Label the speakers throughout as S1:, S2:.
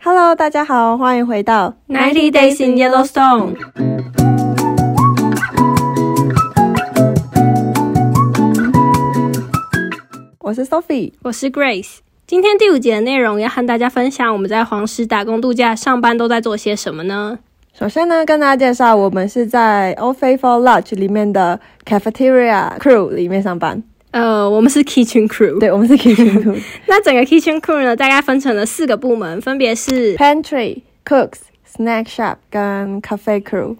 S1: Hello，大家好，欢迎回到
S2: Ninety Days in Yellowstone。
S1: 我是 Sophie。
S2: 我是 Grace。今天第五节的内容要和大家分享，我们在黄石打工度假上班都在做些什么呢？
S1: 首先呢，跟大家介绍，我们是在 Old Faithful Lodge 里面的 Cafeteria Crew 里面上班。
S2: 呃，我们是 Kitchen Crew。
S1: 对，我们是 Kitchen Crew、
S2: 那整个 Kitchen Crew 呢，大概分成了四个部门，分别是
S1: Pantry、Cooks、Snack Shop 跟 Cafe Crew。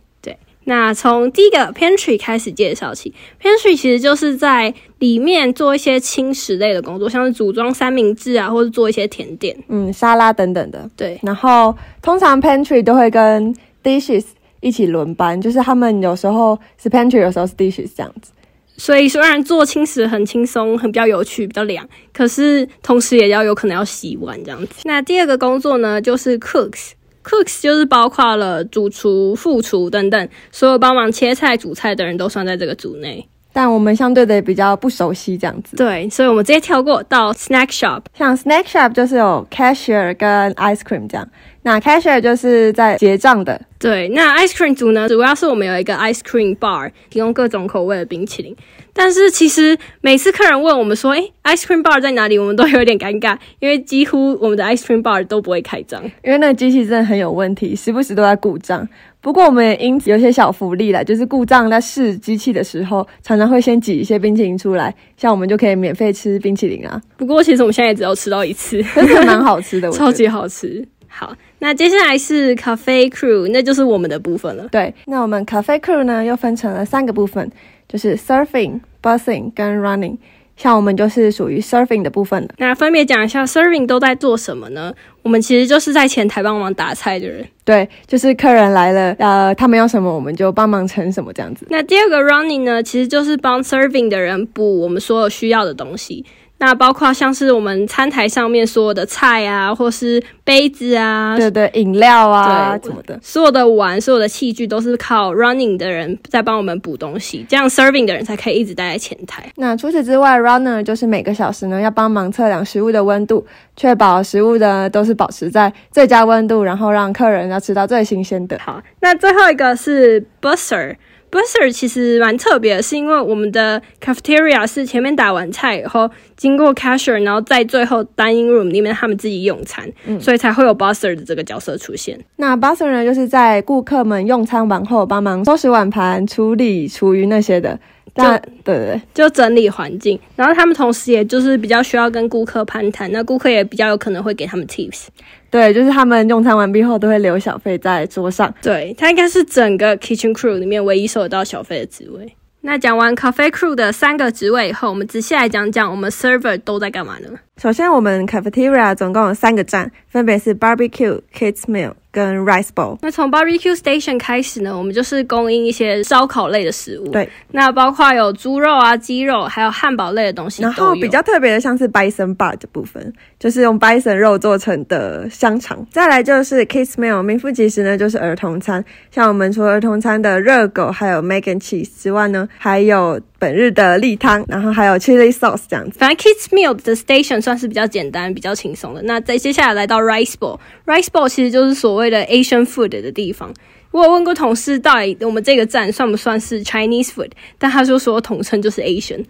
S2: 那从第一个 pantry 开始介绍起，pantry 其实就是在里面做一些轻食类的工作，像是组装三明治啊，或者做一些甜点。
S1: 嗯，沙拉等等的。
S2: 对，
S1: 然后通常 pantry 都会跟 dishes 一起轮班，就是他们有时候是 pantry，有时候是 dishes 这样子。
S2: 所以虽然做轻食很轻松，很比较有趣，比较凉，可是同时也要有可能要洗碗这样子。那第二个工作呢，就是 cooks。Cooks 就是包括了主厨、副厨等等，所有帮忙切菜、煮菜的人都算在这个组内。
S1: 但我们相对的比较不熟悉这样子。
S2: 对，所以我们直接跳过到 snack shop。
S1: 像 snack shop 就是有 cashier 跟 ice cream 这样，那 cashier 就是在结账的，
S2: 对，那 ice cream 组呢，主要是我们有一个 ice cream bar，提供各种口味的冰淇淋。但是其实每次客人问我们说，诶 i c e cream bar 在哪里？我们都有点尴尬，因为几乎我们的 ice cream bar 都不会开张。
S1: 因为那个机器真的很有问题，时不时都在故障。不过我们也因此有些小福利啦，就是故障在试机器的时候，常常会先挤一些冰淇淋出来，像我们就可以免费吃冰淇 淋啊，
S2: 不过其实我们现在也只有吃到一次，
S1: 真的蛮好吃的，我觉得
S2: 超级好吃。好，那接下来是 cafe crew，那就是我们的部分了。
S1: 对，那我们 Cafe Crew 呢又分成了三个部分，就是 surfing、busing 跟 running。像我们就是属于 surfing 的部分了。
S2: 那分别讲一下 serving 都在做什么呢？我们其实就是在前台帮忙打菜的人。
S1: 对，就是客人来了，呃，他们要什么我们就帮忙盛什么这样子。
S2: 那第二个 running 呢，其实就是帮 serving 的人补我们所有需要的东西。那包括像是我们餐台上面所有的菜啊，或是杯子啊，
S1: 对对，饮料啊
S2: 对
S1: 什么的。
S2: 所有的碗、所有的器具都是靠 running 的人在帮我们补东西，这样 serving 的人才可以一直待在前台。
S1: 那除此之外，runner 就是每个小时呢要帮忙测量食物的温度，确保食物呢都是保持在最佳温度，然后让客人要吃到最新鲜的。
S2: 好，那最后一个是 busser。busser 其实蛮特别的，是因为我们的 cafeteria 是前面打完菜以后，经过 cashier，然后在最后 dining room 里面他们自己用餐，所以才会有 busser 的这个角色出现。
S1: 那 busser 呢，就是在顾客们用餐完后帮忙收拾碗盘、处理厨余那些的。但对对对，
S2: 就整理环境，然后他们同时也就是比较需要跟顾客攀谈，那顾客也比较有可能会给他们 tips。
S1: 对，就是他们用餐完毕后都会留小费在桌上。
S2: 对，他应该是整个 kitchen crew 里面唯一收得到小费的职位。那讲完 cafe crew 的三个职位以后，我们仔细来讲讲我们 server 都在干嘛呢？
S1: 首先，我们 cafeteria 总共有三个站，分别是 barbecue、kids meal 跟 rice bowl。
S2: 那从 barbecue station 开始呢，我们就是供应一些烧烤类的食物。
S1: 对，
S2: 那包括有猪肉啊、鸡肉，还有汉堡类的东西都
S1: 然
S2: 有。
S1: 后比较特别的像是 bison bar 的部分，就是用 bison 肉做成的香肠。再来就是 kids meal，名副其实呢就是儿童餐。像我们除了儿童餐的热狗，还有 mac and cheese 之外呢，还有本日的例汤，然后还有 chili sauce 这样子。
S2: 反正 Kids Meal 的 Station 算是比较简单、比较轻松的。那再接下来来到 Rice Bowl，Rice Bowl 其实就是所谓的 Asian Food 的地方。我有问过同事，到底我们这个站算不算是 Chinese Food，但他说所有统称就是 Asian。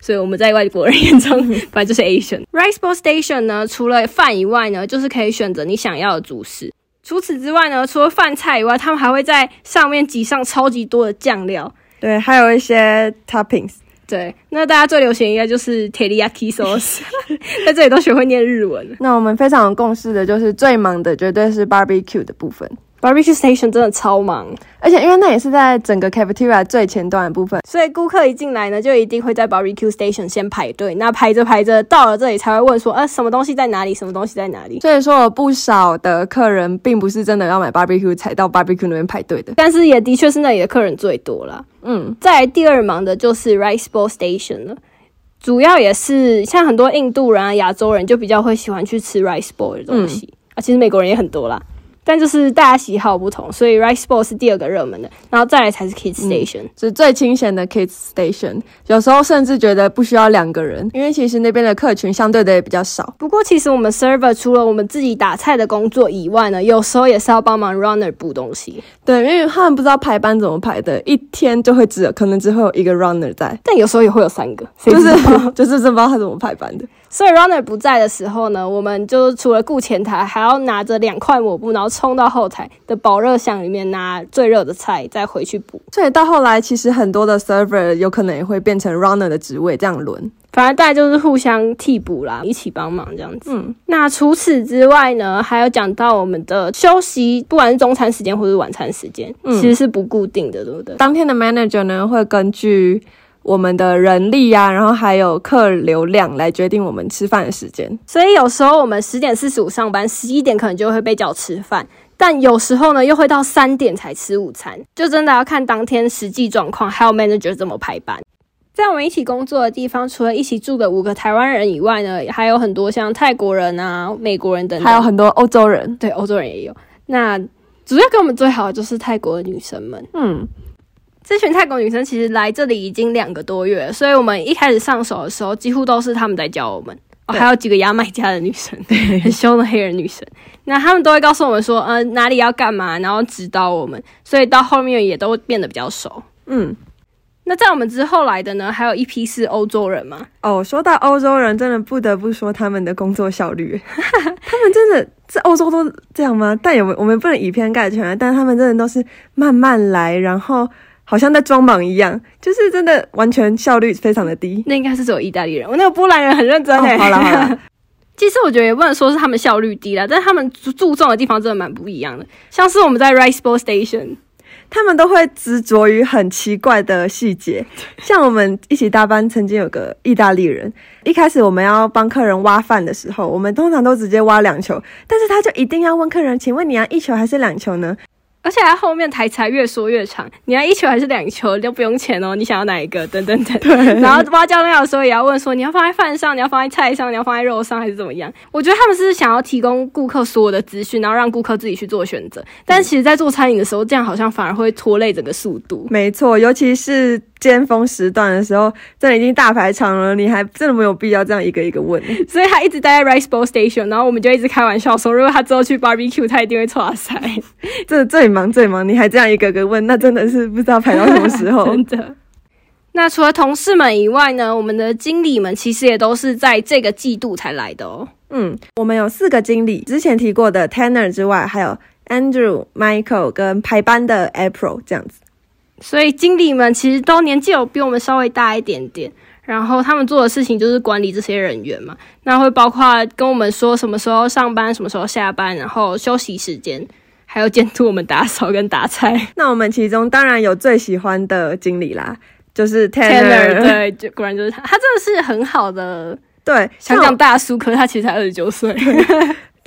S2: 所以我们在外国人眼中，反正就是 Asian。Rice Bowl Station 呢，除了饭以外呢，就是可以选择你想要的主食。除此之外呢，除了饭菜以外，他们还会在上面挤上超级多的酱料，
S1: 对，还有一些 toppings。
S2: 对，那大家最流行应该就是 teriyaki sauce，在 这里都学会念日文了。
S1: 那我们非常有共识的就是最忙的绝对是 barbecue 的部分，
S2: Barbecue station 真的超忙，
S1: 而且因为那也是在整个 cafeteria 最前端的部分。
S2: 所以顾客一进来呢，就一定会在 barbecue station 先排队。那排着排着，到了这里才会问说，啊，什么东西在哪里？什么东西在哪里？
S1: 所以说有不少的客人并不是真的要买 barbecue 才到 barbecue 那边排队的。
S2: 但是也的确是那里的客人最多了。
S1: 嗯，
S2: 再来第二忙的就是 Rice Bowl Station 了，主要也是像很多
S1: 嗯
S2: 印度人啊、亚洲人就比较会喜欢去吃 Rice Bowl 的东西、啊，其实美国人也很多啦。但就是大家喜好不同，所以 rice bowl 是第二个热门的，然后再来才是 kids
S1: 嗯
S2: station。
S1: 是最清闲的 kids station，有时候甚至觉得不需要两个人，因为其实那边的客群相对的也比较少。
S2: 不过，其实我们 server 除了我们自己打菜的工作以外呢，有时候也是要帮忙 runner 补东西。
S1: 对，因为他们不知道排班怎么排的，一天就会只可能只会有一个 runner 在，
S2: 但有时候也会有三个，谁
S1: 就
S2: 知
S1: 是
S2: 道
S1: 就是真不知道他怎么排班的。
S2: 所以 runner 不在的时候呢，我们就除了顾前台，还要拿着两块抹布，然后冲到后台的保热箱里面拿最热的菜，再回去补。
S1: 所以到后来，其实很多的 server 有可能也会变成 runner 的职位，这样轮。
S2: 反正大家就是互相替补啦，一起帮忙这样子。
S1: 嗯，
S2: 那除此之外呢，还有讲到我们的休息，不管是中餐时间或是晚餐时间，
S1: 嗯
S2: 其实是不固定的，对不对？
S1: 当天的 manager 呢会根据我们的人力呀、然后还有客流量来决定我们吃饭的时间。
S2: 所以有时候我们十点四十五上班，十一点可能就会被叫吃饭，但有时候呢又会到三点才吃午餐，就真的要看当天实际状况，还有 manager 怎么排班。在我们一起工作的地方，除了一起住的五个台湾人以外呢，还有很多像泰国人啊、美国人等等，
S1: 还有很多欧洲人，
S2: 对欧洲人也有。那主要跟我们最好的就是泰国的女生们，
S1: 嗯，
S2: 这群泰国女生其实来这里已经两个多月了，所以我们一开始上手的时候，几乎都是她们在教我们。哦，
S1: 对
S2: 还有几个牙买加的女生， 很凶的黑人女生，那她们都会告诉我们说，呃，哪里要干嘛，然后指导我们，所以到后面也都变得比较熟。
S1: 嗯，
S2: 那在我们之后来的呢，还有一批是欧洲人嘛，
S1: 哦，说到欧洲人，真的不得不说他们的工作效率，他们真的在欧洲都这样吗？但也我们不能以偏概全啊，但他们真的都是慢慢来，然后好像在装忙一样，就是真的完全效率非常的低。
S2: 那应该是只有意大利人，我那个波兰人很认真
S1: 哦
S2: 欸、
S1: 好了好了，
S2: 其实我觉得也不能说是他们效率低啦，但是他们注注重的地方真的蛮不一样的。像是我们在 Rice Bowl Station，
S1: 他们都会执着于很奇怪的细节，像我们一起搭班曾经有个意大利人，一开始我们要帮客人挖饭的时候，我们通常都直接挖两球，但是他就一定要问客人，请问你要一球还是两球呢？
S2: 而且他后面台词还越说越长，你要一球还是两球都不用钱哦，你想要哪一个？等等等。然后挖酱料的时候也要问说你要放在饭上，你要放在菜上，你要放在肉上还是怎么样？我觉得他们是想要提供顾客所有的资讯，然后让顾客自己去做选择。但其实，在做餐饮的时候，这样好像反而会拖累整个速 度。
S1: 没错，尤其是尖峰时段的时候，真的已经大排长龙了，你还真的没有必要这样一个一个问。
S2: 所以他一直待在 Rice Bowl Station，然后我们就一直开玩笑说，如果他之后去 Barbecue，他一定会错塞。
S1: 这最忙最忙，你还这样一个个问，那真的是不知道排到什么时候
S2: 真。的。那除了同事们以外呢，我们的经理们其实也都是在这个季度才来的哦。
S1: 嗯，我们有四个经理，之前提过的 Tanner 之外，还有 Andrew、Michael 跟排班的 April 这样子。
S2: 所以经理们其实都年纪有比我们稍微大一点点，然后他们做的事情就是管理这些人员嘛，那会包括跟我们说什么时候上班、什么时候下班，然后休息时间，还有监督我们打扫跟打 菜。
S1: 那我们其中当然有最喜欢的经理啦，就是
S2: Tanner，
S1: Tanner。
S2: 对，就果然就是他，他真的是很好的
S1: 对，
S2: 香
S1: 像
S2: 港大叔，可是他其实才二十九岁。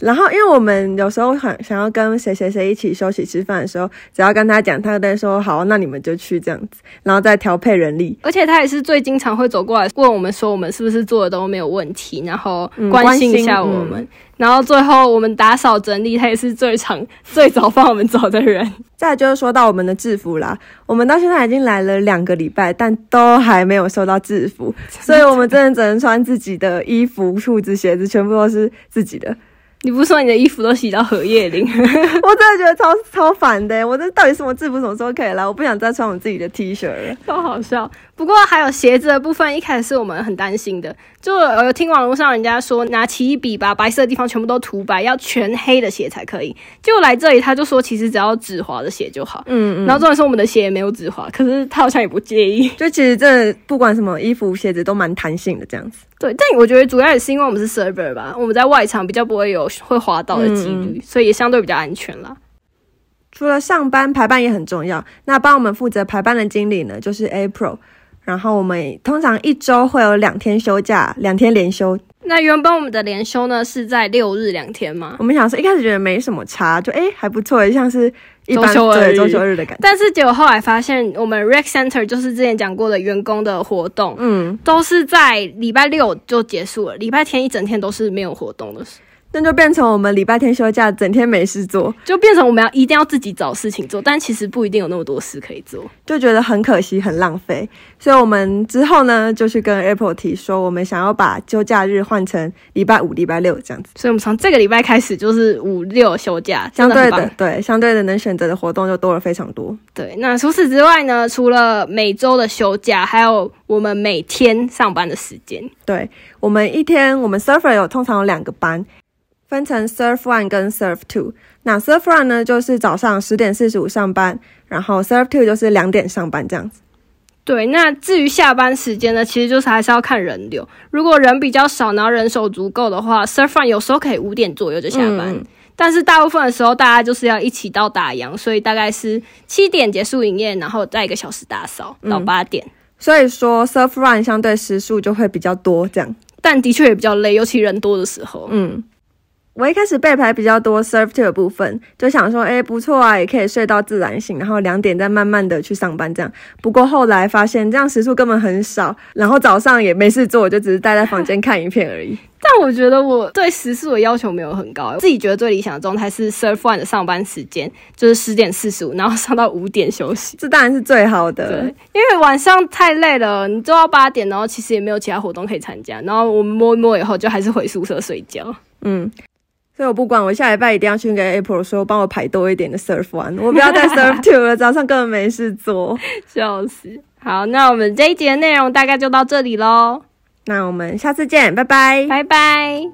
S1: 然后，因为我们有时候想想要跟谁谁谁一起休息吃饭的时候，只要跟他讲，他就会说好，那你们就去这样子，然后再调配人力。
S2: 而且他也是最经常会走过来问我们说我们是不是做的都没有问题，然后
S1: 嗯
S2: 关心一下
S1: 关心嗯
S2: 我们。然后最后我们打扫整理，他也是最常最早放我们走的人。
S1: 再来就是说到我们的制服啦，我们到现在已经来了两个礼拜，但都还没有收到制服，所以我们真的只能穿自己的衣服、裤子、鞋子，全部都是自己的。
S2: 你不是说你的衣服都洗到荷叶领？
S1: 我真的觉得超超烦的，欸我这到底什么制服什么时候可以来？我不想再穿我自己的 T 恤了。
S2: 超好笑。不过还有鞋子的部分，一开始是我们很担心的，就我有听网络上人家说，拿奇异笔把白色的地方全部都涂白，要全黑的鞋才可以。结果来这里，他就说其实只要止滑的鞋就好。
S1: 嗯
S2: 然后重点是我们的鞋也没有止滑，可是他好像也不介意。
S1: 就其实真的不管什么衣服、鞋子都蛮弹性的这样子。
S2: 对，但我觉得主要也是因为我们是 server 吧，我们在外场比较不会有会滑倒的几率，
S1: 嗯
S2: 所以也相对比较安全啦。
S1: 除了上班排班也很重要，那帮我们负责排班的经理呢，就是 April。然后我们通常一周会有两天休假，两天连休。
S2: 那原本我们的连休呢是在六日两天嘛，
S1: 我们想说一开始觉得没什么差，就诶还不错，像是一般
S2: 周休而
S1: 对
S2: 已
S1: 周休日的感觉。
S2: 但是结果后来发现，我们 rec center 就是之前讲过的员工的活动，
S1: 嗯，
S2: 都是在礼拜六就结束了，礼拜天一整天都是没有活动的。
S1: 那就变成我们礼拜天休假，整天没事做，
S2: 就变成我们要一定要自己找事情做，但其实不一定有那么多事可以做。
S1: 就觉得很可惜，很浪费。所以我们之后呢，就去跟 Apple 提说，我们想要把休假日换成礼拜五、礼拜六这样子。
S2: 所以我们从这个礼拜开始就是五六休假，
S1: 相对
S2: 真很
S1: 的
S2: 棒，
S1: 对，相对的能选择的活动就多了非常多。
S2: 对。那除此之外呢，除了每周的休假，还有我们每天上班的时间。
S1: 对我们一天，我们 surfer 有通常有两个班，分成 surf one 跟 surf two。那 surf one 呢，就是早上十点四十五上班，然后 surf two 就是两点上班这样子。
S2: 对，那至于下班时间呢，其实就是还是要看人流。如果人比较少，然后人手足够的话，surf run 有时候可以五点左右就下班。
S1: 嗯
S2: 但是大部分的时候，大家就是要一起到打烊，所以大概是七点结束营业，然后再一个小时打扫到八点。
S1: 所以说 surf run 相对时数就会比较多，这样。
S2: 但的确也比较累，尤其人多的时候。
S1: 嗯，我一开始背牌比较多 surf two 的部分，就想说，哎，不错啊，也可以睡到自然醒，然后两点再慢慢的去上班这样。不过后来发现这样时数根本很少，然后早上也没事做，我就只是待在房间看影片而 已。
S2: 但我觉得我对时速的要求没有很高，自己觉得最理想的状态是 surf one 的上班时间就是十点四十五，然后上到五点休息。
S1: 这当然是最好
S2: 对
S1: 的。，
S2: 因为晚上太累了，你做到八点，然后其实也没有其他活动可以参加，然后我们摸一摸以后，就还是回宿舍睡觉。
S1: 嗯，所以我不管，我下礼拜一定要去跟 April 说，帮我排多一点的 Surf One，我不要再 Surf Two 了，早上根本没事做。
S2: 笑死！好，那我们这一节的内容大概就到这里喽，
S1: 那我们下次见，拜拜。
S2: 拜拜。